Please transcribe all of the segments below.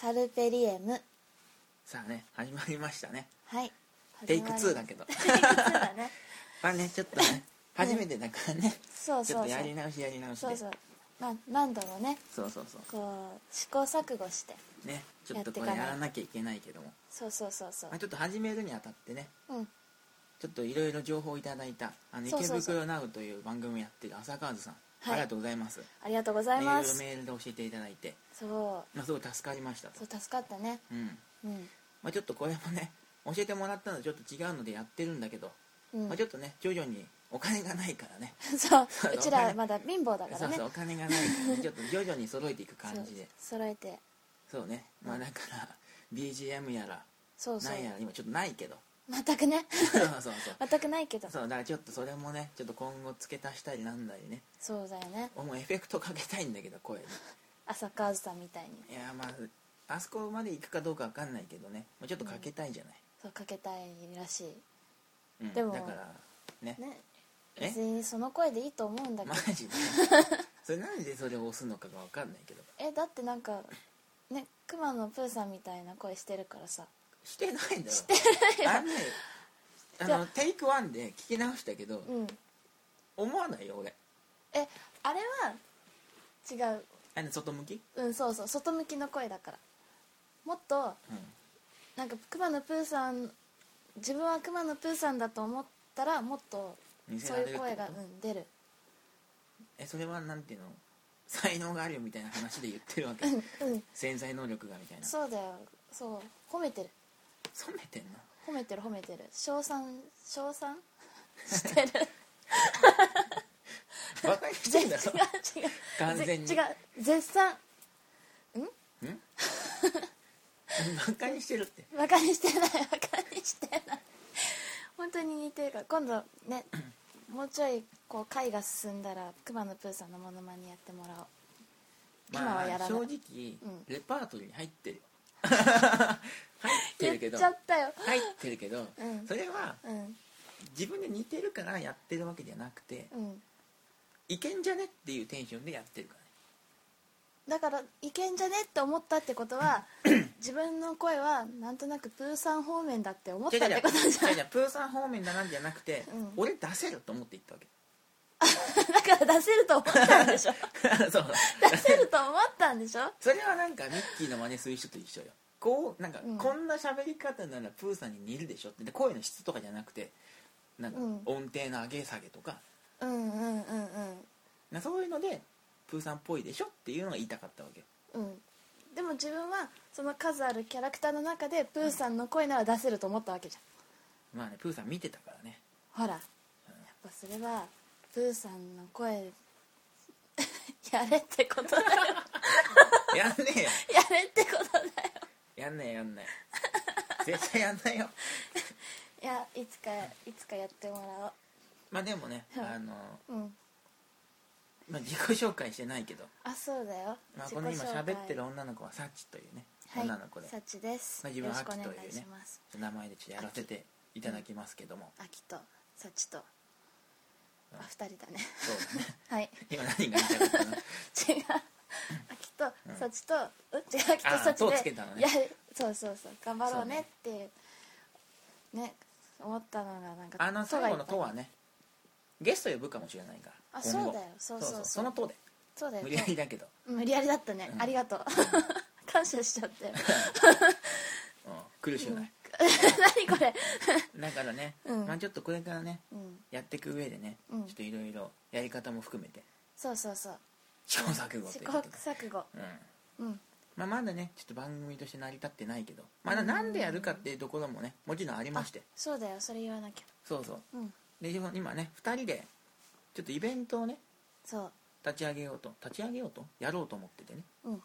カルペリエムさあね始まりましたねはいテイク2だ だけどテイク2だ ねまあねちょっとねうん初めてだからね そうちょそうっとそやりう直しやり直しそうでそそうまあ何度もねうそうそうこう試行錯誤してねちょっとこれやってかないやらなきゃいけないけども、そうそうそうそうまあ、ちょっと始めるにあたってねうんちょっといろいろ情報をいただいたあのそう池そうそう袋ナウという番組をやってる浅川さん、はいありがとうございますありがとうございますメールメールで教えていただいて、そうまあ、すごい助かりましたとそう助かったねうんうんまあ、ちょっとこれもね教えてもらったのとちょっと違うのでやってるんだけど、うんまあ、ちょっとね徐々にお金がないからね そうそううちらまだ貧乏だかそらうねそうお金がない から、ね、ちょっと徐々に揃えていく感そうじで揃えてそうねまあだから BGM やらそうそうなんやら今ちょっとな いけど全くねそうそうそう全くないけどそうだからちょっとそれもねちょっと今後付け足したりなんだりねそうだよねもうエフェクトかけたいんだけど声に浅川さんみたいにいやまああそこまで行くかどうかわかんないけどねもうちょっとかけたいじゃない、そうかけたいらしいうんでもだからねねえ別にその声でいいと思うんだけマど ジでそれなんでそれを押すのかが分かんないけどえだってなんかねくまのプーさんみたいな声してるからさしてないんだろしてないあのねあじゃのテイクワンで聞き直したけど、うん思わないよ俺えあれは違うあの外向き、うんそうそう外向きの声だからもっとうん、なんかくまのプーさん自分はくまのプーさんだと思ったらもっと見せそらうれるっいうてこと声が、うん、出るえそれはなんていうの才能があるよみたいな話で言ってるわけうんうん潜在能力がみたい なそうだよそう褒めてる染めてんの褒めてる褒めてる称賛称賛してるバカにしてんだろ 違う違う完全にぜ違う絶賛バカにしてるってバカにしてないバカにしてない本当に似てるから今度ねもうちょいこう回が進んだら熊野プーさんのモノマネやってもらおう今はやらない正直、うんレパートリーに入って る入ってるけ言どっちゃったよ入ってるけど、うんそれはうん自分で似てるからやってるわけじゃなくてうんいけんじゃねっていうテンションでやってるからねだからいけんじゃねって思ったってこと は自分の声はなんとなくプーさん方面だって思ったってことじゃん違う違う違う違うプーさん方面だなんじゃなくて、うん俺出せると思って行ったわけだから出せると思ったんでしょ そう出せると思ったんでしょそれはなんかミッキーの真似する人と一緒よこうなんか、うんこんな喋り方ならプーさんに似るでしょってで声の質とかじゃなくてなんかうん音程の上げ下げとか、うんうんうんうんなそういうのでプーさんっぽいでしょっていうのが言いたかったわけうんでも自分はその数あるキャラクターの中でプーさんの声なら出せると思ったわけじまあねプーさん見てたから ねゃんほらやっぱそれはプーさんの声 やれってこと だよやんねえよやれってことだよやんねえやんねえ絶対やんないよいやいつかいつかやってもまあでもね、うんあの、らおううんまあ、自己紹介してないけど、あそうだよ、まあ、自己この今紹介喋ってる女の子はサチというね、はい女の子でサチです、まあ自分よはろしくお願アキといいうねします名前でちょっとやらせていただきますけども、アキとサチとあうん二人だねそうだねはい 今何が言いたかったの 違う秋とそっちと、うん、違う秋とそっあそうつちでけたのねいやそうそうそう頑張ろうねっていうね思ったのがなんかあの都が最いっ後ぱいの「と」はねゲスト呼ぶかもしれないからあ今そう後だよそうそうそうその「と」でそうだよ無理やりだけど、無理やりだったね、うんありが とう感謝しちゃってうん、苦しくない、何これだからね、うんまあ、ちょっとこれからねうんやっていく上でね、うんちょっといろいろやり方も含めてそうそうそう試行錯誤と試いう行ことで、錯誤うんうんまあ、まだねちょっと番組として成り立ってないけどまだなんでやるかっていうところもねもちろんありましてそうだよそれ言わなきゃそうそううんで今ね2人でちょっとイベントをねそ立ち上げようと立ち上げようとやろうと思っててねううんで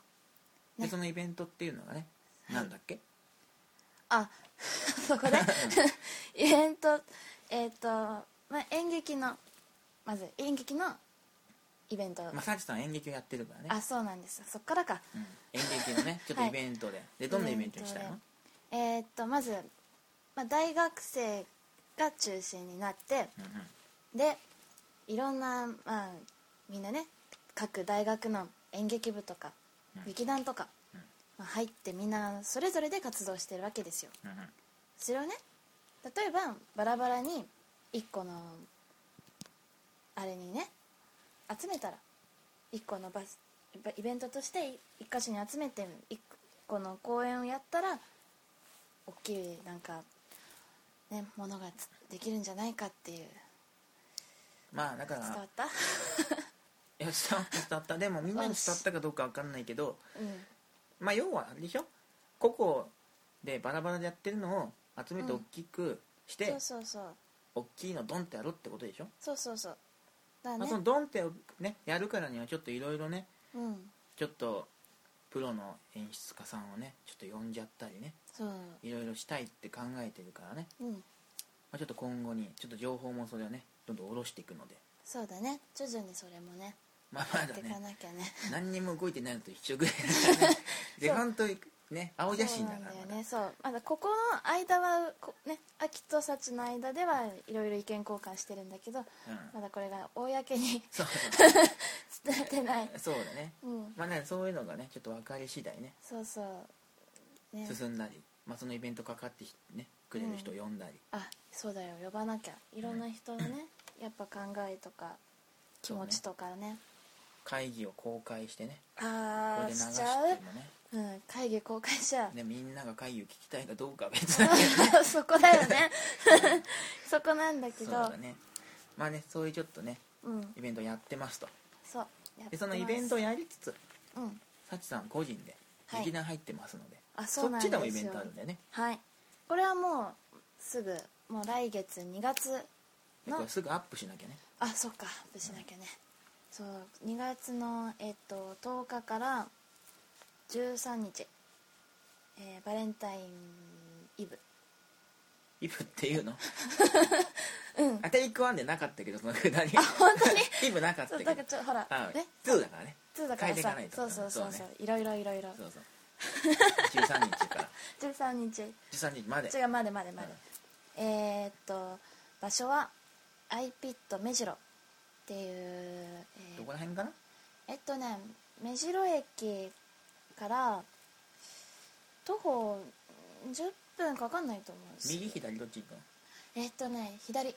ねそのイベントっていうのがねなんだっけあ そ こでイベントえっ、と、まあ、演劇のまず演劇のイベント、まあサチさん演劇をやってるからね、あそうなんですそっからかうん演劇のねちょっとイベントで、でどんなイベントにしたいのえーっとまず、まあ、大学生が中心になってうんうんでいろんな、まあ、みんなね各大学の演劇部とかうん劇団とか、まあ入ってみんなそれぞれで活動してるわけですようんうんそれをね例えばバラバラに1個のあれにね集めたら1個のバスイベントとして1箇所に集めて1個の公演をやったら大きいなんかねものがつできるんじゃないかっていうまあだか伝わらった、いや伝わった伝わったでもみんなに伝わったかどうか分かんないけどうんまあ要はあれでしょ個々でバラバラでやってるのを集めて大きくして、そうそうそう大きいのドンってやろうってことでしょ、そうそうそうだまあ、ねそのドンってねやるからにはちょっといろいろねうんちょっとプロの演出家さんをねちょっと呼んじゃったりねそういろいろしたいって考えてるからね、うんまあ、ちょっと今後にちょっと情報もそれをねどんどん下ろしていくのでそうだね徐々にそれもねまあまやっだていかねなきゃね何にも動いてないのと一緒ぐらいだからね で本当にね青写真だからそうなんまだだよねそうまだここの間はこね秋と幸の間ではいろいろ意見交換してるんだけどうんまだこれが公にそう伝えてないそうだねうんまあねそういうのがねちょっと分かり次第ねそうそうね進んだり、まあ、そのイベントかかってきてねくれる人を呼んだり、あそうだよ呼ばなきゃいろんな人のねやっぱ考えとか気持ちとかね会議を公開してねあここあで流ししちてゃうもねうん会議公開しちゃうねみんなが会議を聞きたいかどうかは別だけ そこだよねそこなんだけどど そうだねまあねそういうちょっとねうんイベントやってますとそうやってでそのイベントをますやりつつうんサチさん個人ではい劇団入ってますので、あそうなんっですちよでもイベントあるんだよねはいこれはもうすぐもう来月2月でのこれすぐアップしなきゃねあそっかアップしなきゃねそう2月の、えっと10日から13日、えーバレンタインイブイブってい うのあテイクワンでなかったけどそのくだり本当に イブなかったそうけだかどらちょほらあねツーだからね2だか変えらていかさないとそうそうそうそそううねいろいろいろいろそうそう13日から13日13日ま で違うまでまでまで、えーっと場所はアイピット目白っていう、えーどこら辺かなえっとね目白駅から徒歩10分かかんないと思うんです右左どっち行くのえっとね左あ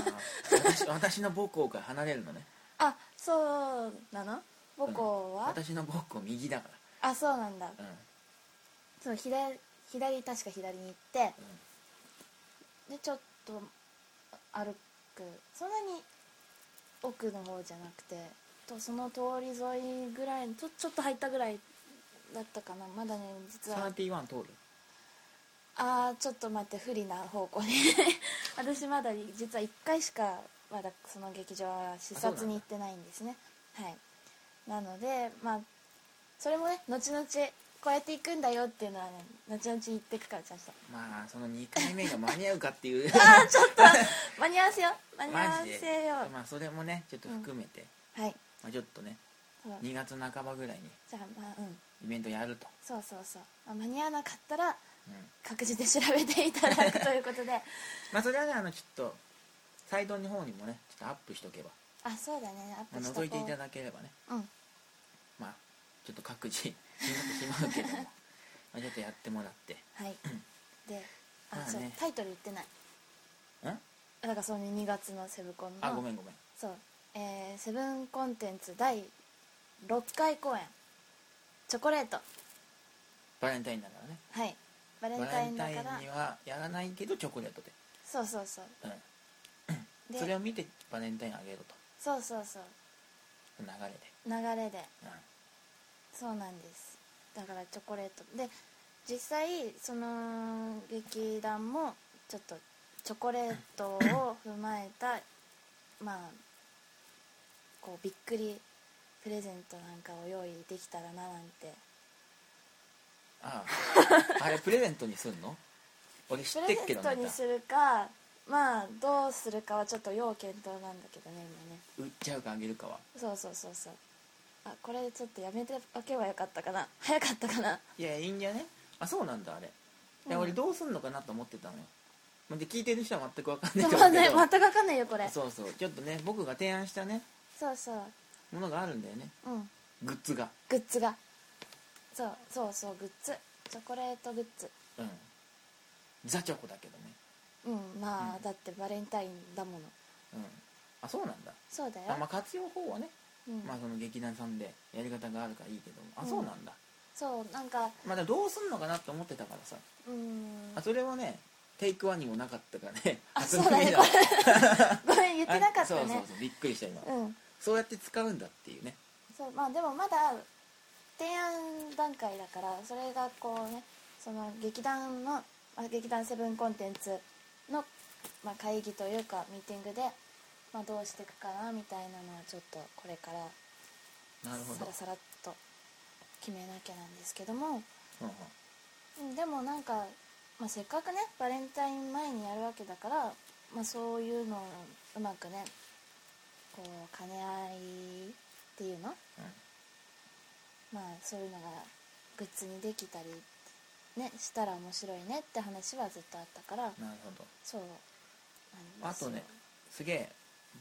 ー私私の母校から離れるのねあそうなの母校は、私の母校右だかあそうなんだらうんそう左左確か左に行ってでちょっと歩くそんなに奥の方じゃなくてとその通り沿いぐらいちょちょっと入ったぐらいだったかなまだね実うん、は31通るああちょっと待って不利な方向に 私まだ実は1回しかまだその劇場は視察に行ってないんですねはいなのでまあそれもね後々こうやって行くんだよっていうのはね後々言ってくからちゃんとまあその2回目が間に合うかって いう間に合わせよ間に合わマジでせよまあそれもねちょっと含めて、はいまあ、ちょっとねそう2月半ばぐらいにじゃあまあうんイベントやると、そうそうそう、まあ、間に合わなかったらうん各自で調べていただくということでまあそれはねあのちょっとサイトの方にもねちょっとアップしとけば、 あそうだねアまップあし覗いていたこだければねううんまあちょっと各自暇暇だけど もまあちょっとやってもらってはいであ、まあねそうタイトル言ってないんだからその2月のセブコンのあごめんごめんそう、えーセブンコンテンツ第6回公演「チョコレートバレンタインだからね」はいバレンバタレインンだタイかンらにはやらないけどチョコレートで、そうそうそううでん、それを見てバレンタインあげろとそうそうそう流れで、流れでうん、そうなんですだからチョコレートで実際その劇団もちょっとチョコレートを踏まえた まあこうびっくりプレゼントなんかを用意できたらななんて あああれプレゼントにすんの俺知プっレてゼっけンどトなんにかするかまあどうするかはちょっと要検討なんだけどね今ね売っちゃうかあげるかはそうそうそうそうあこれちょっとやめておけばよかったかな早かった かないやいいんじゃねあそうなんだあれいや、うん俺どうすんのかなと思ってたのよまあで聞いてる人は全く分かんないそう とま思あうけねど、全く分かんないよこれそうそうちょっとね僕が提案したねそうそうものがあるんだよねうんグッズがグッズがそうそうそうグッズチョコレートグッズうんザチョコだけどねうんまあ、うんだってバレンタインだものうんあそうなんだそうだよあ、まあ、活用法はね、うんまあ、その劇団さんでやり方があるからいいけどあそうなんだ、そうなんかまあ、でもどうすんのかなって思ってたからさ、うーんあそれはねテイクワンにもなかったからねあそのそうだね 意味ではこ ごめん言ってなかったあそうねそうそうびっくりした今、うんそうやって使うんだっていうねそうまあでもまだ提案段階だからそれがこうねその劇団のあ劇団セブンコンテンツの、まあ、会議というかミーティングで、まあ、どうしていくかなみたいなのはちょっとこれからなるほさどらさらっと決めなきゃなんですけども、うんうんうん、でもなんか、まあ、せっかくねバレンタイン前にやるわけだから、まあ、そういうのをうまくねこう兼ね合いっていうのまあそういうのがグッズにできたりねしたら面白いねって話はずっとあったからうんなるほどそうなんあですとよねすげえ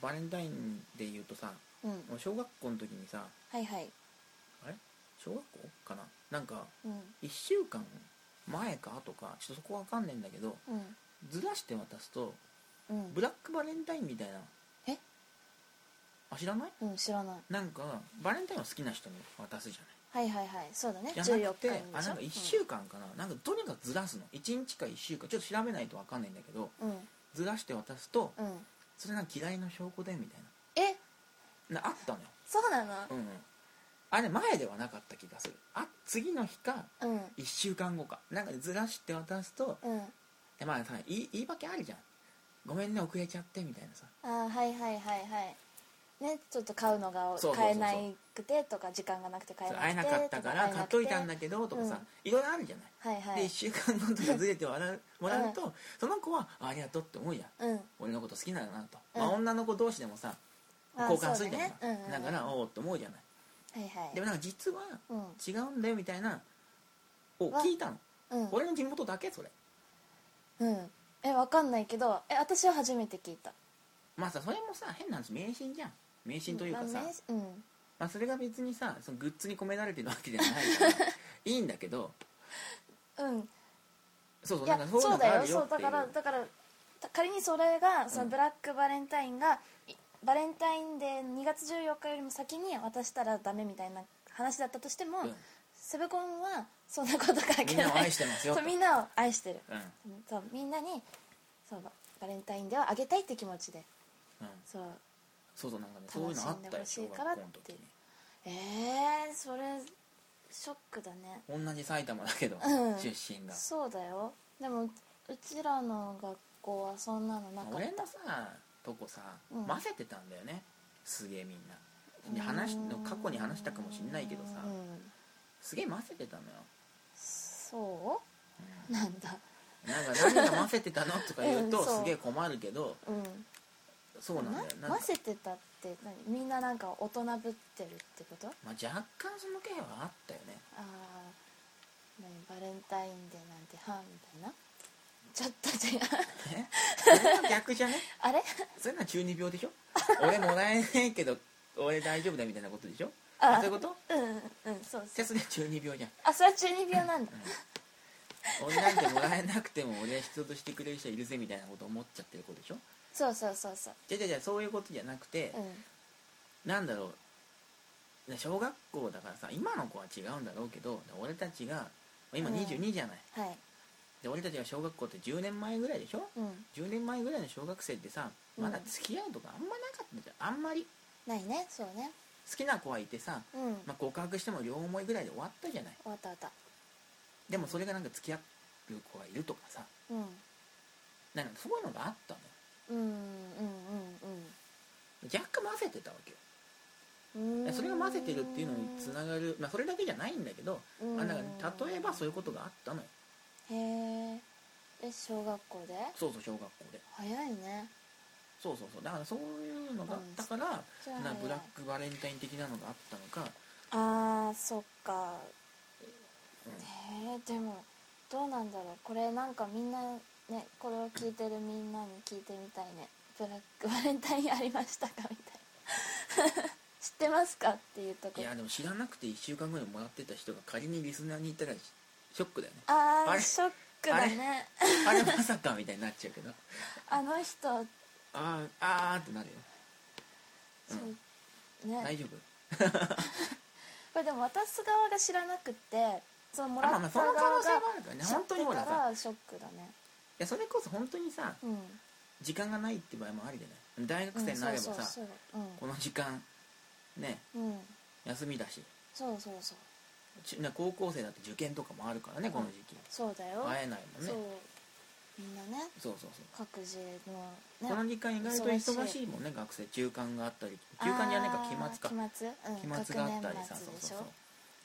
バレンタインで言うとさうん俺小学校の時にさはいはいあれ小学校かななんかうん1週間前か後かちょっとそこわかんないんだけどうんずらして渡すとうんブラックバレンタインみたいなえあ知らないうん知らないなんかバレンタインを好きな人に渡すじゃないはいはいはいそうだねじゃ14なくて日にあでしなょんか1週間かな、なんかとにかくずらすの1日か1週間ちょっと調べないと分かんないんだけどうんうんずらして渡すと、うんそれなんか嫌いの証拠でみたいえななあったのよ、そうなうんうん、あれ前ではなかった気がするあ次の日かの1週間後かなんかずらして渡すとうんうんでまあさ言い言い訳あるじゃんごめんね遅れちゃってみたいなさあーはいはいはいはいねちょっと買うのがそうそうそうそう買えなくてとか時間がなくて買えそうなくて会えなかったから買っといたんだけどとかさ、うんいろいろあるじゃない、はいはで1い週間後とかずれてもらうもらうと、その子はあありがとうって思うじゃんうん俺のこと好きなんだなと、うんまあ、女の子同士でもさあ交換するじゃないそうだねうんだからおおって思うじゃないはいはいでもなんか実は違うんだよみたいなをわ聞いたのうんうん俺の地元だけそれうんえわかんないけどえ私は初めて聞いたまあさそれもさ変な話迷信じゃん迷信というかさ、まあまねうんあ、それが別にさそのグッズに込められてるわけじゃないから いいんだけどうんそうそういやなんかそういうそのうだがあよるよそうってだいうからだからた仮にそれがそうのんブラックバレンタインが、いバレンタインデー2月14日よりも先に渡したらダメみたいな話だったとしても、うんセブコンはそんなこと関係みんないなを愛してます よそうみんなを愛してるうんうんそうみんなにそうババレンタインデーをあげたいって気持ちでそうそうそうなんかねそういうのあったよ楽しんで小ほしい学か校らのって時にえー、それショックだね同じ埼玉だけど、うん出身がそうだよでもううちらの学校はそんなのなかっ俺たのさとこさ、うん混ぜてたんだよねすげえみんなうでーん話し過去に話したかもしんないけどさうんすげえ混ぜてたのよ、そうんうなんだなんか何が混ぜてたのとか言うと、うんそうすげえ困るけどうんそうなんだよなんか混ぜてたって何みんななんか大人ぶってるってことあまあ、若干その気配はあったよ ねあー何バレンタインデーなんてはあみたいなちょっと違う えそれは逆じゃねあれそれなら中二病でしょ俺もらえないけど俺大丈夫だみたいなことでしょあそういうことうんうんそうそじゃうあそれは中二病じゃんあそれは中二病なんだ俺なんてもらえなくても俺は人としてくれる人いるぜみたいなこと思っちゃってる子でしょそうそうそうそうじゃあじゃあじゃあそういうことじゃなくて、うんなんだろう小学校だからさ今の子は違うんだろうけど俺たちが今うん22じゃない、はいで俺たちが小学校って10年前ぐらいでしょうん10年前ぐらいの小学生ってさまだ付き合うとかあんまなかったじゃんあんまりないねそうね好きな子はいてさ、うんまあ、告白しても両思いぐらいで終わったじゃない終わった終わったでもそれがなんか付き合う子がいるとかさうんなんかそういうのがあったのようんうん若干混ぜてたわけようんうんそれが混ぜてるっていうのにつながる、まあ、それだけじゃないんだけど、うんまあ、なんか例えばそういうことがあったのよへええ小学校でそうそう小学校で早いねそうそうそうだからそういうのがあったから、じゃあな早いブラックバレンタイン的なのがあったのか、あーそっかうんへえでもどうなんだろうこれなんかみんなねこれを聞いてるみ んなに聞いてみたいねブラックバレンタインありましたかみたい 知ってますかっていうとこいやでも知らなくて1週間後にもらってた人が仮にリスナーにいたらショックだよねあああれショックだねあれまさかみたいになっちゃうけど あの人あーあーってなるよそう、大ね丈夫これでも渡す側が知らなくてそのもらあっまたあまあその側可能性もがあるからね知本っ当にてほらたさらショックだねいやそれこそ本当にさうん時間がないって場合もあるじゃない大学生になればさ、うん、そうそうこの時間ねそううん、うん、休みだしそうそうそうちな高校生だって受験とかもあるからねこの時期そうだよ、会えないもんそねうみんなねそうそうそう各自こののね時間意外と忙しいもんね学生中間があったり中間じゃないか期末かあー期末、うん、期末があったり学さそう年末でしそうょそう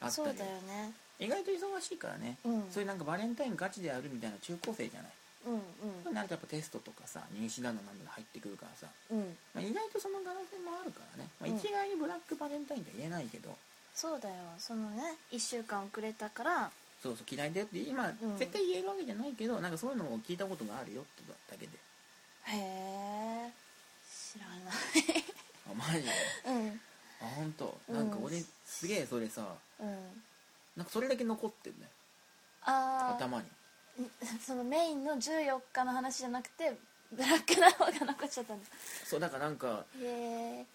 あそうっただりよね意外と忙しいからねうんそういうなんかバレンタインガチでやるみたいな中高生じゃないうんそうなるとやっぱテストとかさ入試だのなんだの入ってくるからさ、うんうんまあ、意外とその可能性もあるからね、まあ、うん一概にブラックバレンタインとは言えないけど、そうだよそのね1週間遅れたからそうそう嫌いだよって今、ん絶対言えるわけじゃないけどなんかそういうのを聞いたことがあるよってだけでへえ知らあマジでない あ本当うんなんか俺、すげえそれさうんうんなんかそれだけ残ってるねああ頭にそのメインの14日の話じゃなくてブラックな方が残っちゃったんだそうだからなんかへえ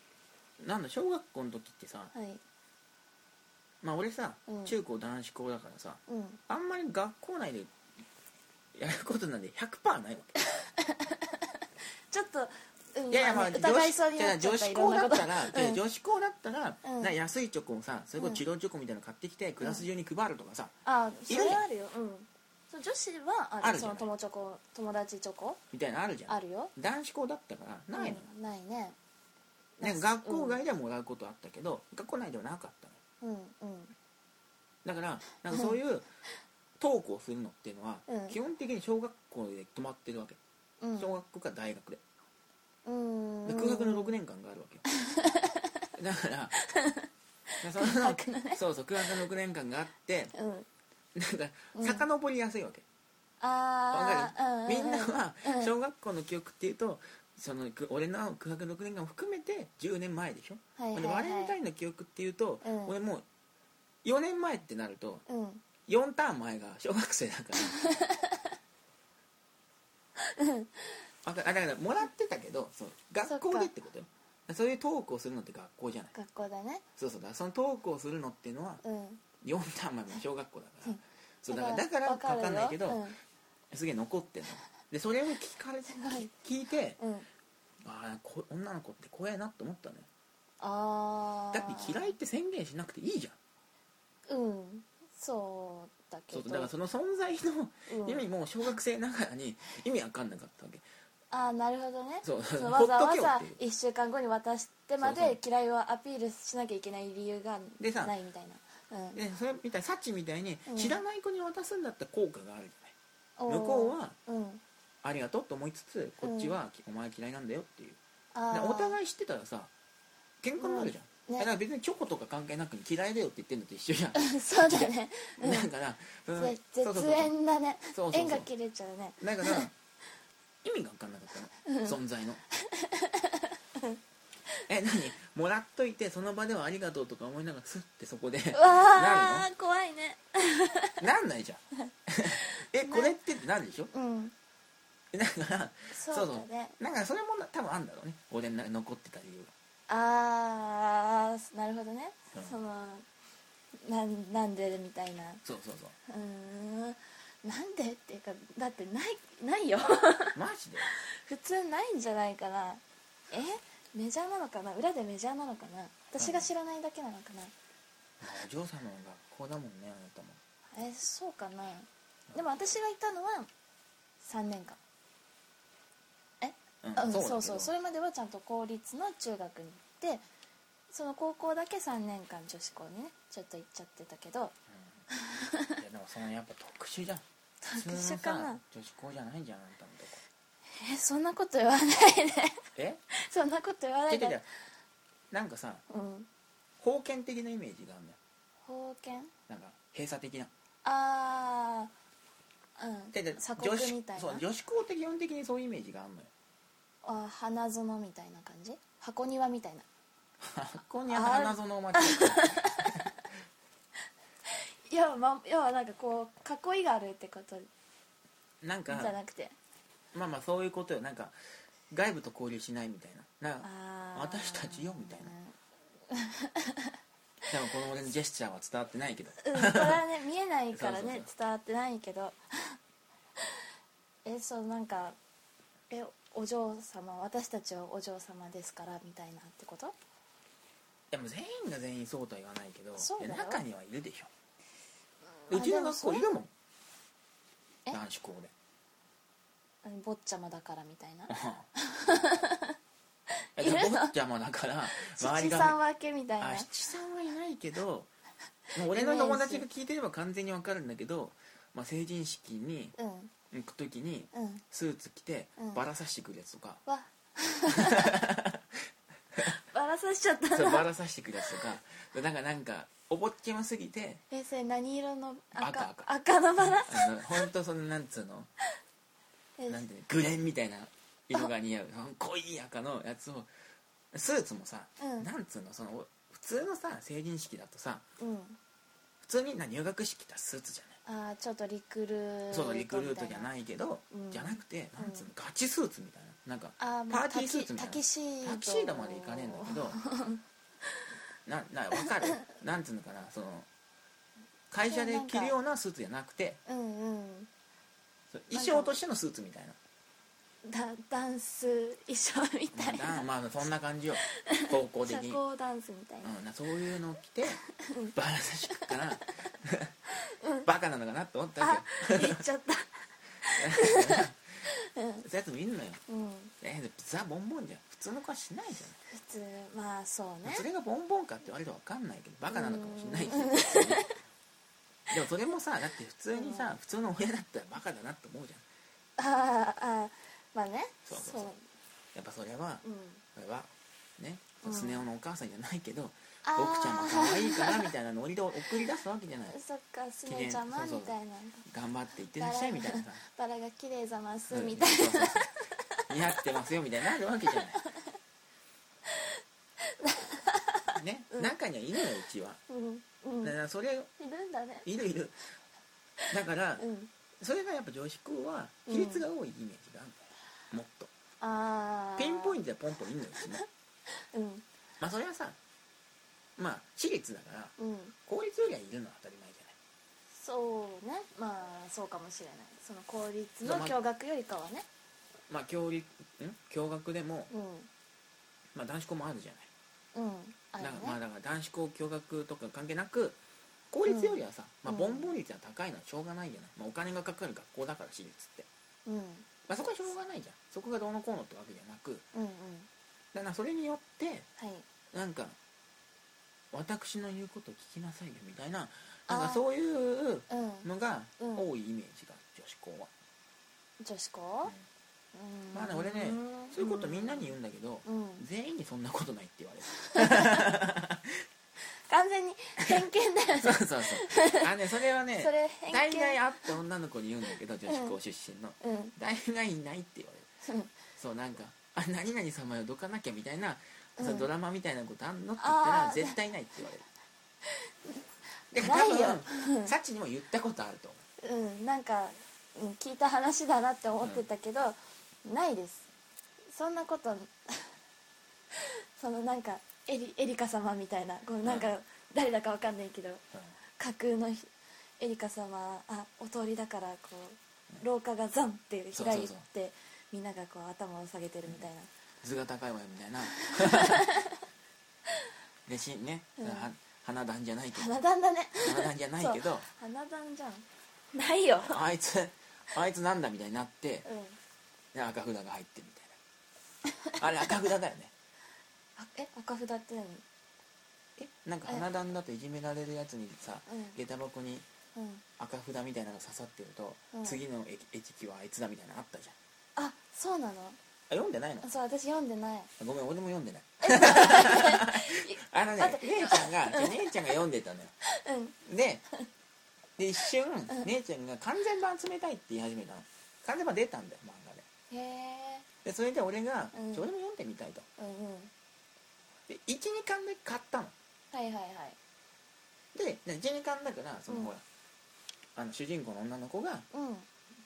なんだ小学校の時ってさはいまあ俺さ、うん中高男子校だからさうんあんまり学校内でやることなんで100%ないわけちょっと、うん、いやいやままああ女疑い子そうになっちゃ女った子校だったいろんならことうん女子校だったらうんなんか安いチョコをさそれこそ治療チョコみたいなの買ってきてクラス中に配るとかさあそいれるじゃんはあるようんそう女子はあるあるじそゃんの友チョコ友達チョコみたいなのあるじゃあんるよ男子校だったからないのようんないねなんか学校外ではもらうことあったけど学校内ではなかったのうんうんだからなんかそういうトークをするのっていうのはうん基本的に小学校で止まってるわけうん小学校から大学でうんで空白の6年間があるわけよ だからその白のねそうそう空白の6年間があってうんなんかうん遡りやすいわけ、あわあ、うんうんうん、みんなはうん小学校の記憶っていうとそのく俺の空白の6年間も含めて10年前でしょ、はいはいではバい、レンタインの記憶っていうと、うん俺もう4年前ってなるとうん4ターン前が小学生だ からわかあだからもらってたけどそう学校でってことよそういうトークをするのって学校じゃない学校だねそうそうだからそのトークをするのっていうのはうん4ターン前も小学校だからそうだからだかだかららわわかるよかんないけど、うんすげえ残ってんのでそれを聞かれて聞いてうんああこ女の子って怖えなと思ったねああだって嫌いって宣言しなくていいじゃんうんそうだけそどうだからその存在のうん意味も小学生ながらに意味わかんなかったわけああなるほどねそうそのわほっざとわけよっざていう1週間後に渡してまそうそで嫌いをアピールしなきゃいけない理由がでさないみたいな、うん、でそれみたいサチみたいにうん知らない子に渡すんだったら効果があるじゃおない、ー向こうはうんありがとうと思いつつこっちはお前嫌いなんだよっていう、あでーお互い知ってたらさ喧嘩になるじゃん、うんねだから別にチョコとか関係なく嫌いだよって言ってんのと一緒じゃん そうだね、うんだから、うんぜそうそう絶そう縁だねそうそうそう縁が切れちゃうねだから意味が分かんなかったの、存在のえ何もらっといてその場ではありがとうとか思いながらスッてそこでうわー怖いねなんな いじゃんえこれってってなるでしょうんだからそうそうだねそうなんかそれもな多分あんだろうね俺の中に残ってた理由ああなるほどね、うんそのなんなんでみたいなそうそうそ ううーんなんでっていうかだってないないよ マジで普通ないんじゃないかなえメジャーなのかな裏でメジャーなのかな私が知らないだけなのかな、まあお嬢様の学校だもんねあな たもえそうかなでも私がいたのは3年間うんあうんそだけうどそうそれまではちゃんと公立の中学に行ってその高校だけ3年間女子校にねちょっと行っちゃってたけどうんいやでもそのやっぱ特殊じゃん特殊かな普通のさ女子校じゃないじゃんあんたのとこ えそんなこと言わないねえ そんなこと言わない違う違うか違らうなんかさうん封建的なイメージがあるね封建なんか閉鎖的なああうんでで鎖女国み子たいそうな女子校って基本的にそういうイメージがあるのよあ花園みたいな感じ箱庭みたいな箱根花園町 いや、ま、要はなんかこう囲いがあるってことなんじかゃなくてまあまあそういうことよなんか外部と交流しないみたいななんかあー私たちよみたいなでもこの俺のジェスチャーは伝わってないけどうん、これは ね見えないからそうそうねそう伝わってないけど えそうなんかえお嬢様私たちはお嬢様ですからみたいなってことでも全員が全員そうとは言わないけどそうだよいや中にはいるでしうょんうちあのでも学そ校れいるもんえ男子校でうん坊ちゃまだからみたいなえ いるのでも坊ちゃまだから 周七りが三分けみたいなあ七三はいないけどもう俺の友達が聞いてれば完全にわかるんだけど、まあ、成人式にうん行く時にうんスーツ着てうんバラさしてくるやつとか、 わバラさしちゃったそうバなラさしてくるやつと かでなんかなんかおぼっけますぎてえそれ何色の赤赤赤赤のバラあの本当そのなんつうのえなんていうのグレンみたいな色が似合うその濃い赤のやつをスーツもさ、うんなんつうのその普通のさ成人式だとさうん普通にな入学式ってスーツじゃないあーちょっとリクルーそうリクルートじゃないいけど、うんじゃなくてなんつうの、うんガチスーツみたいななんかあーもうパーティースーツみたいタなキシードタキシードまでいかねえんだ けどなな分かるなんつうのかなその会社で着るようなスーツじゃなくてうんうんそう衣装としてのスーツみたいなダダンス衣装みたいまあなまあそんな感じよ高校社的に、う交ダンスみたいな、ん、なそういうのを着てバラさしくからバカなのかなと思ったわあ言っちゃった けど そういうやつもいるのよ、うんえザ・ボンボンじゃん普通の子はしないじゃ、普通まあそうんねそれがボンボンかって言われると分かんないけどバカなのかもしれないけど普通に でもそれもさだって普通にさ、普通の親だったらバカだなって思うじゃんあーあーまあねそうそうそうやっぱそれは、うんこれはねうんスネ夫のお母さんじゃないけどあー僕ちゃんも可愛いからみたいなノリで送り出すわ けじゃないそっかすねちゃま記念そうそうみたいな頑張っていってらっしゃいみたいなさバラが綺麗ざますみたいそうそうそう似合ってますよみたいになるわけじゃ ないね、中にはいるのようちはなうんうんいだからそれるんだねいるいるだから、うんそれがやっぱ女子校は比率が多いイメージがあるんだよもっとああピンポインントでポンポンいるのようちねトうんまあそれはさまあ私立だからうん公立よりはいるのは当たり前じゃないそうねまあそうかもしれないその公立そうのまあ共学よりかはねまあ教立ん共学でも、うんまあ、男子校もあるじゃないうんあるだねからまあだから男子校共学とか関係なく公立よりはさ、うんまあ、ボンボン率が高いのはしょうがないじゃない、まあ、お金がかかる学校だから私立って、うんまあ、そこはしょうがないじゃんそこがどうのこうのってわけじゃなくうんうんだからそれによってはいなんか私の言うことを聞きなさいよみたいななんあかーそういううんのがうん多いイメージがある女子校は、女子校うんうんまあね俺ねそういうことみんなに言うんだけど、うん全員にそんなことないって言われ る完全に偏見だよね そうそうそうあねそれはねそれ大偏見概会った女の子に言うんだけど女子校出身の、うん大概いないって言われるうんそうなんか「あ何々様よどかなきゃ」みたいな、うんそのドラマみたいなことあんのって言っあたらー絶対ないって言われ るでないよ多分サチにも言ったことあると思うんなんかうん聞いた話だなって思ってたけど、ないですそんなこと そのなんかエリエリカ様みたいなこのなんか誰だかわかんないけどう、 架空のひエリカ様あお通りだからこう廊下がザンって開いてそうそうみんながこう頭を下げてるみたいな、図が高いわよみたいな でしね、うんは花壇じゃないけど花壇だね花壇じゃないけど花壇じゃんないよ、あいつあいつなんだみたいになってうん、で赤札が入ってるみたい なあれ赤札だよねあえ赤札って何えなんか花壇だといじめられるやつにさ、うん下駄箱にうん赤札みたいなの刺さってると、うん次の駅駅はあいつだみたいなのあったじゃんあそうなのあ読んでないのそう私読んでないごめん俺も読んでない あのね待って姉ちゃんが姉ちゃんが読んでたのようんでで一瞬姉ちゃんが完全版集めたいって言い始めたの完全版出たんだよ漫画でへえでそれで俺が、うんちょ俺も読んでみたいとうんうんでで12巻だけ買ったのはいはいはいで12巻だからそのうんほら、あの主人公の女の子がうん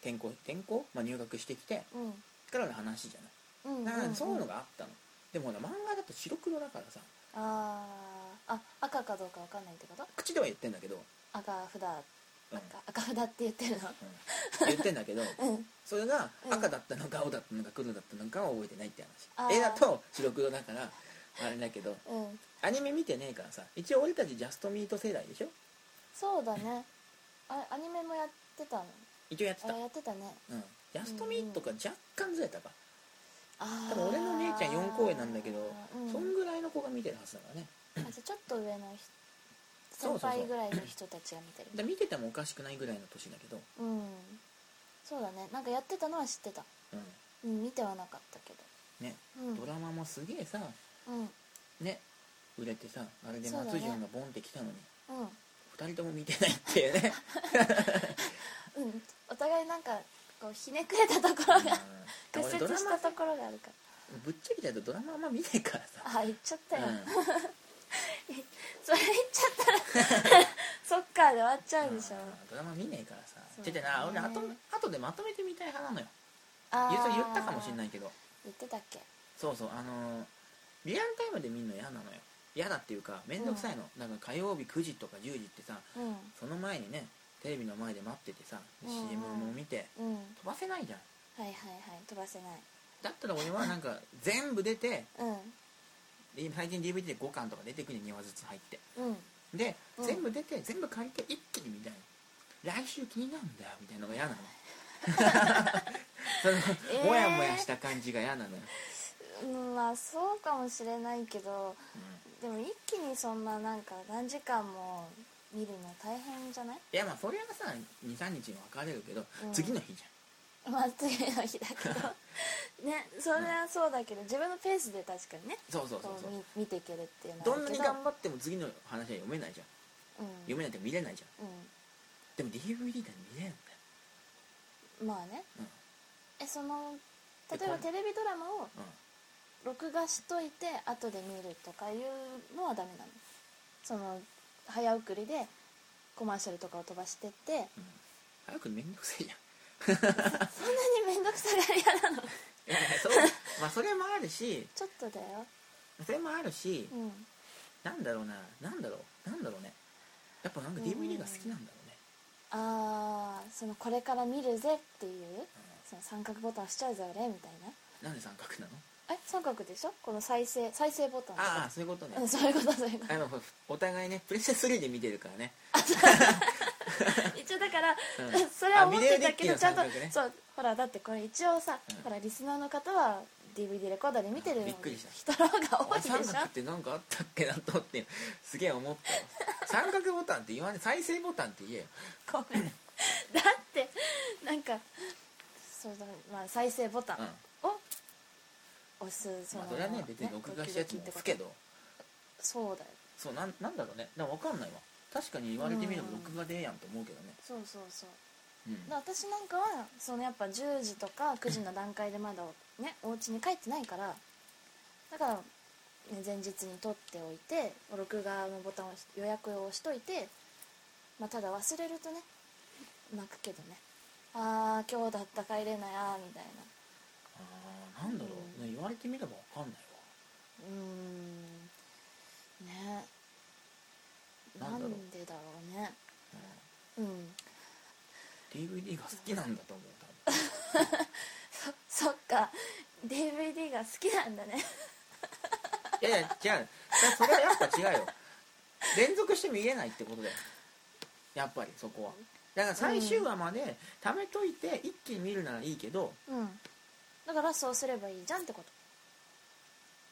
転校転校、まあ、入学してきてうんからの話じゃうんないだからそういうのががあったの、でもほら漫画だと白黒だからさあーあ赤かどうかわかんないってこと口では言ってんだけど、赤札うん赤赤札って言ってるのうん言ってんだけどうんそれがうん赤だったのか青だったのか黒だったのかは覚えてないってあ話ー絵だと白黒だからあれだけどうんアニメ見てねえからさ一応俺たちジャストミート世代でしょそうだねあアニメもやってたの一応やってあた、やってたねうん、ジャストミートか若干ずれたか、あ多分俺の姉ちゃん四公演なんだけどーうんそんぐらいの子が見てるはずだからねあじゃあちょっと上の人そうそう先そ輩うぐらいの人たちが見てるで見ててもおかしくないぐらいの年だけど、うんそうだねなんかやってたのは知ってたううん見てはなかったけんねどうんドラマもすげえさうんうんね売れてさあれでそうだね松潤がボンって来たのに、うん二人とも見てないっていう ねうんお互いなんかこうひねくれたところがうん 屈俺ド折ラしたところがあるかマぶっちゃけちゃうとドラマあんま見ないからさ、らあ言っちゃったよ、うそれ言っちゃったら そっかで終わっちゃうでしょんドラマ見ねえからさそうちだょねちょな俺あと後でまとめてみたい派なのよあ言うーと言ったかもしんないけど言ってたっけそうそうあのーリアルタイムで見るの嫌なのよ嫌だっていうか面倒くさいの、なんか火曜日9時とか10時ってさうんその前にねテレビの前で待っててさうん CM も見てうん飛ばせないじゃんはいはいはい飛ばせないだったら俺はなんか全部出てうで最近 DVD で5巻とか出てくる2話ずつ入ってんうんで、うん全部出て全部借りて一気にみたいな来週気になるんだよみたいなのが嫌な のその、えーもやもやした感じが嫌なのよ、うんまあそうかもしれないけどうんでも一気にそんななんか何時間も見るの大変じゃ ないいやまあそれはさ23日に分かれるけど、うん次の日じまあ次の日だけどねそれはそうだけど自分のペースで確かにねゃんそうそうそうこそうう見見ていけるっていうのどはあんるなけにど頑張っても次の話は読めないじゃんうん読めないって見れないじゃんでも DVD だと見れるんだよ、うんまあねうんえそので例えばこんテレビドラマをうん、録画しといて後で見るとかいうのはダメなのその早送りでコマーシャルとかを飛ばしてってうん早くめんどく せえじゃんそんなに面倒くさがり屋 なのいやいやそうまあそれもあるしちょっとだよそれもあるし、うんなんだろうななんだろうなんだろうねやっぱなんかうん DVD が好きなんだろうね、あーそのこれから見るぜっていううんその三角ボタン押しちゃうぜ俺みたいななんで三角なのえ三角でしょこの再生再生ボタンああそういうことねうんそういうことそういうことあのお互いねプレステ3で見てるからね 一応だから、う んそれは思ってたけどあビデオデッキのちゃんと、三角ねそうほらだってこれ一応さ、うんほらリスナーの方は DVD レコーダーで見てるびっくりした人の方が多あいでし三角っょてなんかあったっけなと思ってすげえ思ったわ三角ボタンって言わない再生ボタンって言えよごめんだってなんかそうだ、まあ、再生ボタンうんを押すそまの、あそれはね別に録画したやつドキドキもって押こすとけどそうだよそうなんなんだろうねでも分かんないわ確かに言われてみればうん録画でええやんと思うけどねそうそうそううんで私なんかはそのやっぱ10時とか9時の段階でまだねお家に帰ってないからだから、ね、前日に撮っておいて録画のボタンを押し予約をしといて、まあ、ただ忘れるとね泣くけどねああ今日だった帰れないああみたいなあーなんだろう、ね言われてみれば分かんないうーんねななんだろうんでだろうねわ、うんうん DVD が好きなんだと思う多分そっか DVD が好きなんだねいやいや違うそれはやっぱ違うよ連続して見れないってことだよやっぱりそこはだから最終話まで貯めといて一気に見るならいいけど、うんだからそうすればいいじゃんってこ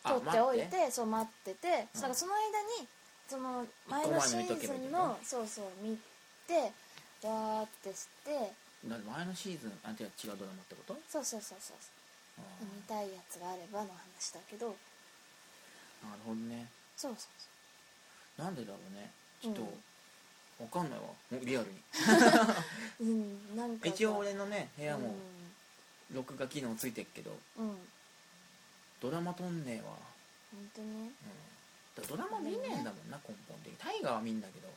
とあ取っておいて待そう待ってて、うだんからその間にその前のシーズンのそうそう見てわーってしてだって前のシーズンあ違う違うドラマってこと、そうそうそうそうあー見たいやつがあればの話だけどなるほどねそうそうなんでだろうねちょっと、うわんかんないわもうリアルにそううんなんかさ一応俺のね部屋もう録画機能ついてるけどん、うん、本ドラマ撮んねえわ、当にうんだからドラマ見ねえんだもんな根本的に大河は見んだけど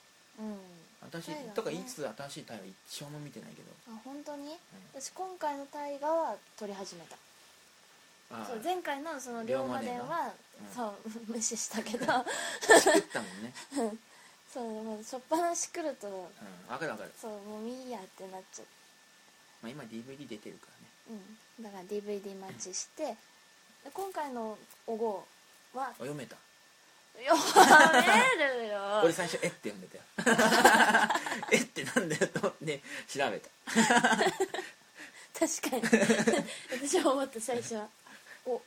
うん私、大河ねとかいつ新しい大河一生も見てないけどあ本当に私今回の大河は撮り始めたああ そう前回のその龍馬伝は、龍そう 無視したけど作ったもんね、そうもう初っ端し来るとうん、分かる分かる、そうもう見いやってなっちゃうまあ、今 DVD 出てるからねうんだから DVD 待ちしてで今回のお号はあ読めた読めるよ俺最初「えっ?」て読んでたよ 「えっ?」てなんだよと思って調べた確かに私は思った最初はお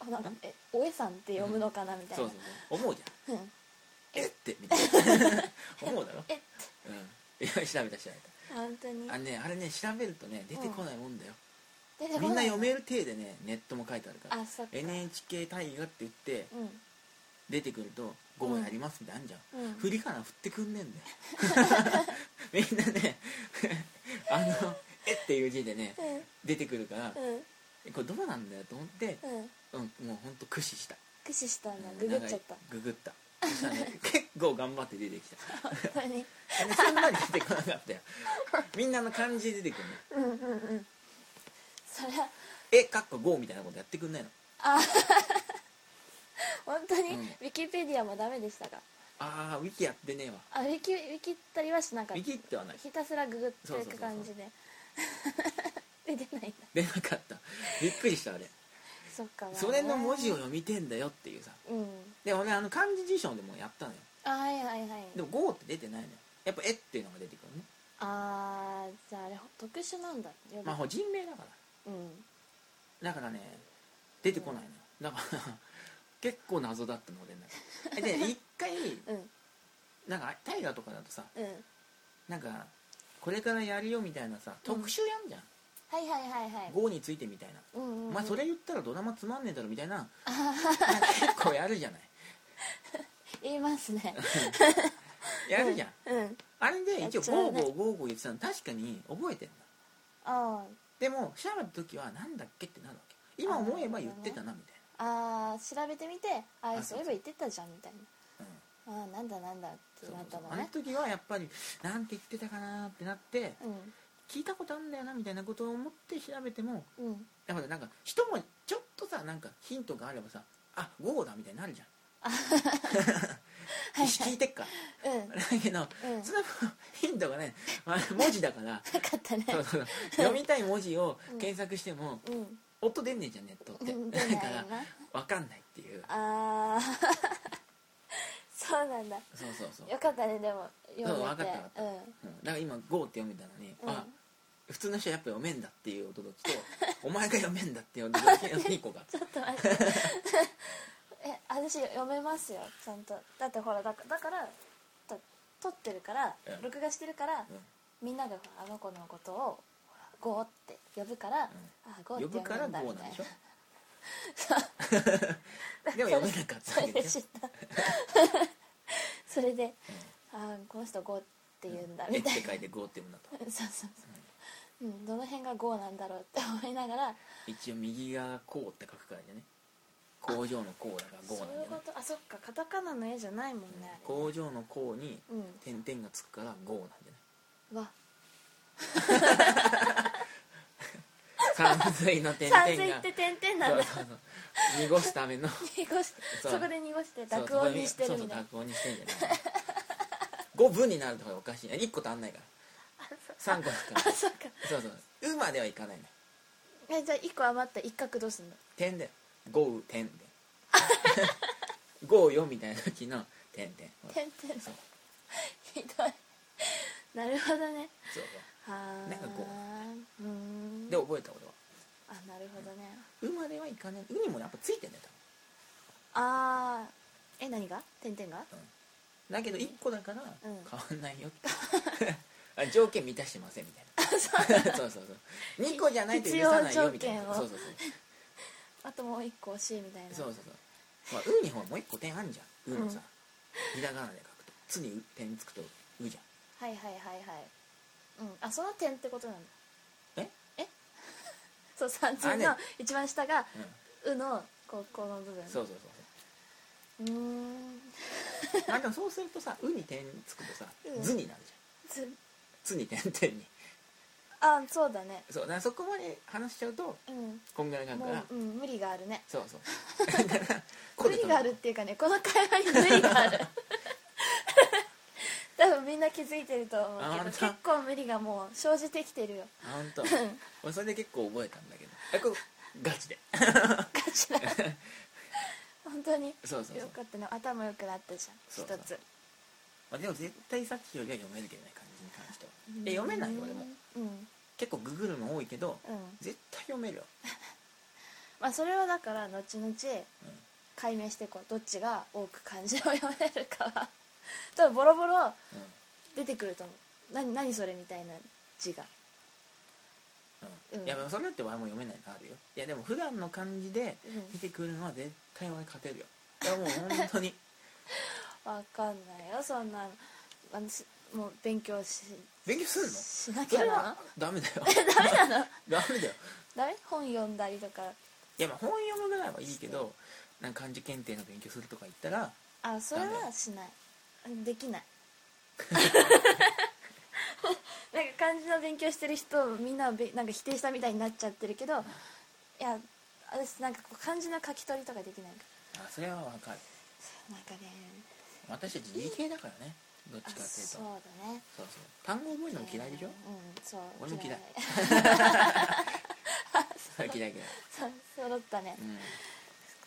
あなんかえおえさんって読むのかなみたいなそうそうそう思うじゃんうん「えっ?」てみた いな思うだろえっうんいや調べた調べ本当にたあのねあれね調べるとね出てこないもんだよ、出てこみんな読めるる体でねネットも書いてあるからあそっか NHK 大河って言ってうん出てくると「午後やります」みたいなのあんじゃん、うん振り仮名振ってくんねえんだよ みんなね あの「えっ?」ていう字でねうん出てくるからうんえこれどうなんだよと思って、うんうん、もうほんと駆使した駆使したんだググっちゃ ったググったそしたらね結構頑張って出てきた本当にでそんなに出てこなかったよみんなの漢字で出てくるのうんうんうんそりゃえかっこ5みたいなことやってくんないの本当に、うウんィキペディアもダメでしたかああウィキやってねえわあウィキウィキったりはしなかウっィたキってはないひたすらググってそういそうそうくそう感じで 出てないんだ出なかったびっくりしたあれそっかまあねそれの文字を読みてんだよっていうさうんでもねあの漢字辞書でもやったのよあはいはいはいでも5って出てないのよやっぱ「え」っていうのが出てくるねあーじゃああれ特殊なんだよまあほら人名だからうんだからね出てこないのよだから 結構謎だったの俺の中でで一回うんなんか大河とかだとさうんなんかこれからやるよみたいなさ特集やんじゃんはいはいはいはい「GO」についてみたいなうんうん、おうん、前それ言ったらドラマつまんねえだろみたいななんか 結構やるじゃない言いますね やるじゃんうんあれでやっ一応「ちゃうねゴーゴーゴーゴー」言ってたの確かに覚えてんだあでも調べた時はなんだっけってなるわけ今思えば言ってたなみたいーあー調べてみてあーあそういえば言ってたじゃんみたいなな、うんあーなんだなんだってそうなったそうのあのね時はやっぱりなんて言ってたかなってなってう聞いたことあるんだよなみたいなことを思って調べてもんうんやっぱなんか人もちょっとさなんかヒントがあればさあゴーだみたいになるじゃんはい 聞いてっからうんだけどうんそれもヒントがねあ文字だから なかったねそうそうそう読みたい文字を検索してもうん音出んねえじゃんネットってうん出ないだなから分かんないっていうあー そうなんだそうそうそうよかったねでも読めてそう分かった分かったうんうんだから今「GO」って読めたのに、うんあ普通の人はやっぱ読めんだっていう驚きと お前が読めんだっていう驚きの2個がちょっと待ってえ私読めますよちゃんとだってほらだかだからと撮ってるからうん録画してるから、うんみんなでほらあの子のことをほらゴーって呼ぶから、あゴー呼ってぶ呼からぶ「んだ GO」みなたんいでなしょ で も読めなかったそわれけでで知しっょた それで、あこの人ゴーって言うんだえみったいてな、書いて「GO」って読むんだとそう そうそう、うん、どの辺がゴーなんだろうって思いながら一応右側「こう」って書くからね工場の「こう」だから「そう GO」ないんだうよこねとあそっかカタカナの絵じゃないもんねあれ工場の「こう」にうん点々がつくから「GO」なんじゃないうわ山水の点々が山水って点々なんだそうそうそう濁すための濁してそそうこで濁して濁音にしてるみたいな そうそう濁音にしてんじゃない5分になるとかおかしい1個足んないから3個ですからあそっかそ うそう「う」まではいかないねえじゃあ1個余った一角どうすんの点で「五う 点」で「五よ」みたいな時の「点点」点々 そうひどいなるほどねそうはあなんかこうーんで覚えた俺はあなるほどね「う」まではいかない「う」にもやっぱついてんだよあーえ何が点々が多分、うんだけど1個だからうん変わんないよって、 あ条件満たしてません みたいな そうそうそう2個じゃないと許さないよみたい必要条な件をそうそうそうあともう1個欲しいみたいなそうそうそう、まあ、うにほらもう一個点あんじゃんうのさ、ひらがなで書くと「つ」にう点つくとうじゃはいはいはいはいうんあその点ってことなんだんえそう三あ点ねの一番下がう「んう」のこうこの部分そうそうそううーんあでもそうするとさ「う」に点つくとさう「んず」になるじゃんず「つ」に点々にあそうだねそうだからそこまで話しちゃうとうんこんがらがんかもらう、うん、無理があるねそう そうだからこ無れ理があるっていうかねこの会話に無理が ある多分みんな気づいてると思うあけど結本当構無理がもう生じてきて るよあ 本当。俺それで結構覚えたんだけどえこれガチでガチな本当にそうそうそようかったね頭良くなったじゃそんうそう一つまあでも絶対さっきよりは読めるけどね漢字に関してはうんえ読めないよ俺もうんうん結構ググるの多いけど絶対読めるよまあそれはだから後々解明していこうどっちが多く漢字を読めるかは 多分ボロボロうんうん出てくると思う何何それみたいな字がうんうんいやでもそれだって俺も読めないのあるよいやでも普段の漢字でうん出てくるのは絶対俺勝て るよいやもう本当にわかんないよそんなのあのしもう勉強し勉強するのしなき そゃれなはダメだよ ダメなのダメだよダメ本読んだりとかいやまあ本読むぐらいはいいけどなんか漢字検定の勉強するとか言ったらあそれダはしないできない なんか漢字の勉強してる人みんなをべなんか否定したみたいになっちゃってるけどいや私なんかこう漢字の書き取りとかできないかあそれはわかるらなんかね私たち理系だからねどっあちかっていうとそそううだねそう単語覚えるのも嫌いで しょうんそう俺も嫌いそれは嫌い嫌 いそう揃った ねうん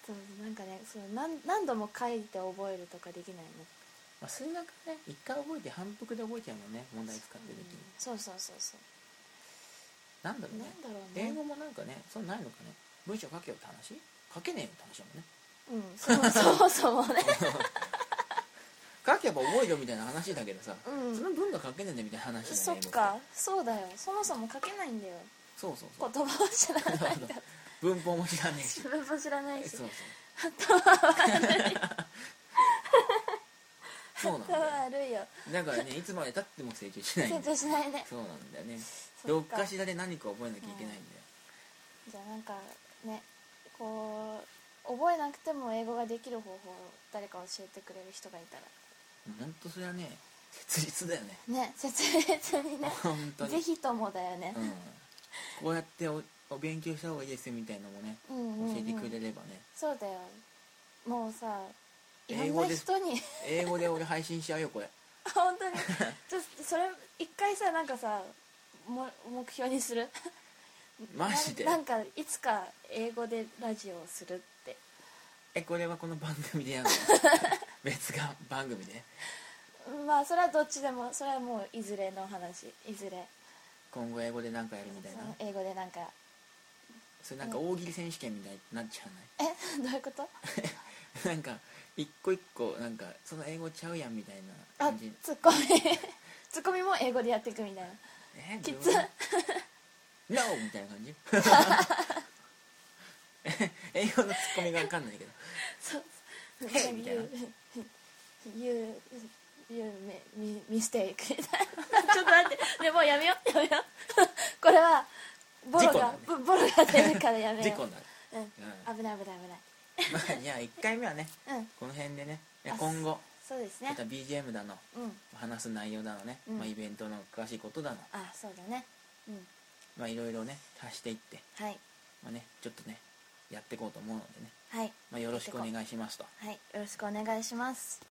そうなんかねそう何何度も書いて覚えるとかできないねまあ数学ね一回覚えて反復で覚えちゃうもんね問題使ってる時にうんそうそうそうそうなんだろうねなんだろうね英語もなんかねそうないのかね文章書けよって話書けねえよって話だもんねうんそうそうそうそうね 書けば覚えろみたいな話だけどさ、うんその文が書けねえんだよみたいな話だよねそっ英語てかそうだよそもそも書けないんだよそうそうそ言う葉を知ら ないか文法も知らねえ し自分も知らないしそうそう頭頭悪いそうなん悪いよだよだからねいつまでたっても成長しないんだ成よ長しないねそうなんだよねそどっっかかしらで何か覚えなきゃいけないんだよじゃあなんかねこう覚えなくても英語ができる方法を誰か教えてくれる人がいたら本当それはね切実だよねね切実にね本当にぜひともだよねうん、こうやっておお勉強した方がいいですよみたいなのもねうんうん教うんえてくれればね、そうだよもうさい英ろん語なです人に 英語で俺配信しちゃうよこれ本当にちょっとそれ一回さなんかさも目標にするマジでななんかいつか英語でラジオをするってえこれはこの番組でや るの別が番組でまあそれはどっちでもそれはもういずれの話いずれ今後英語で何かやるみたいなその英語でなんかそれなんか大喜利選手権みたいになっちゃわえ どういうことない なんか一個一個なんかその英語ちゃうやんみたいなあ感じツッコミ ツッコミも英語でやっていくみたいなえきど うつ NO! みたいな感じ え英語のツッコミが分かんないけどそう 「ヘイ!」みた いな You, you mi- mi- mistake みたいなちょっと待ってでもうやめようやめよう これはボロ事故だがね、ボボロが出るからやめ事よ故うになるうんう危ない危ないまあじゃあ1回目はね危ないうんこの辺でねいあや今後そうですまねた BGM だのうん話す内容だのね、うんまあ、イベントの詳しいことだのあそうだねうんまあいろいろね足していって、はいまあね、ちょっとねやっていこうと思うのでね、はいまあ、よろしくお願いしますと。はいよろしくお願いします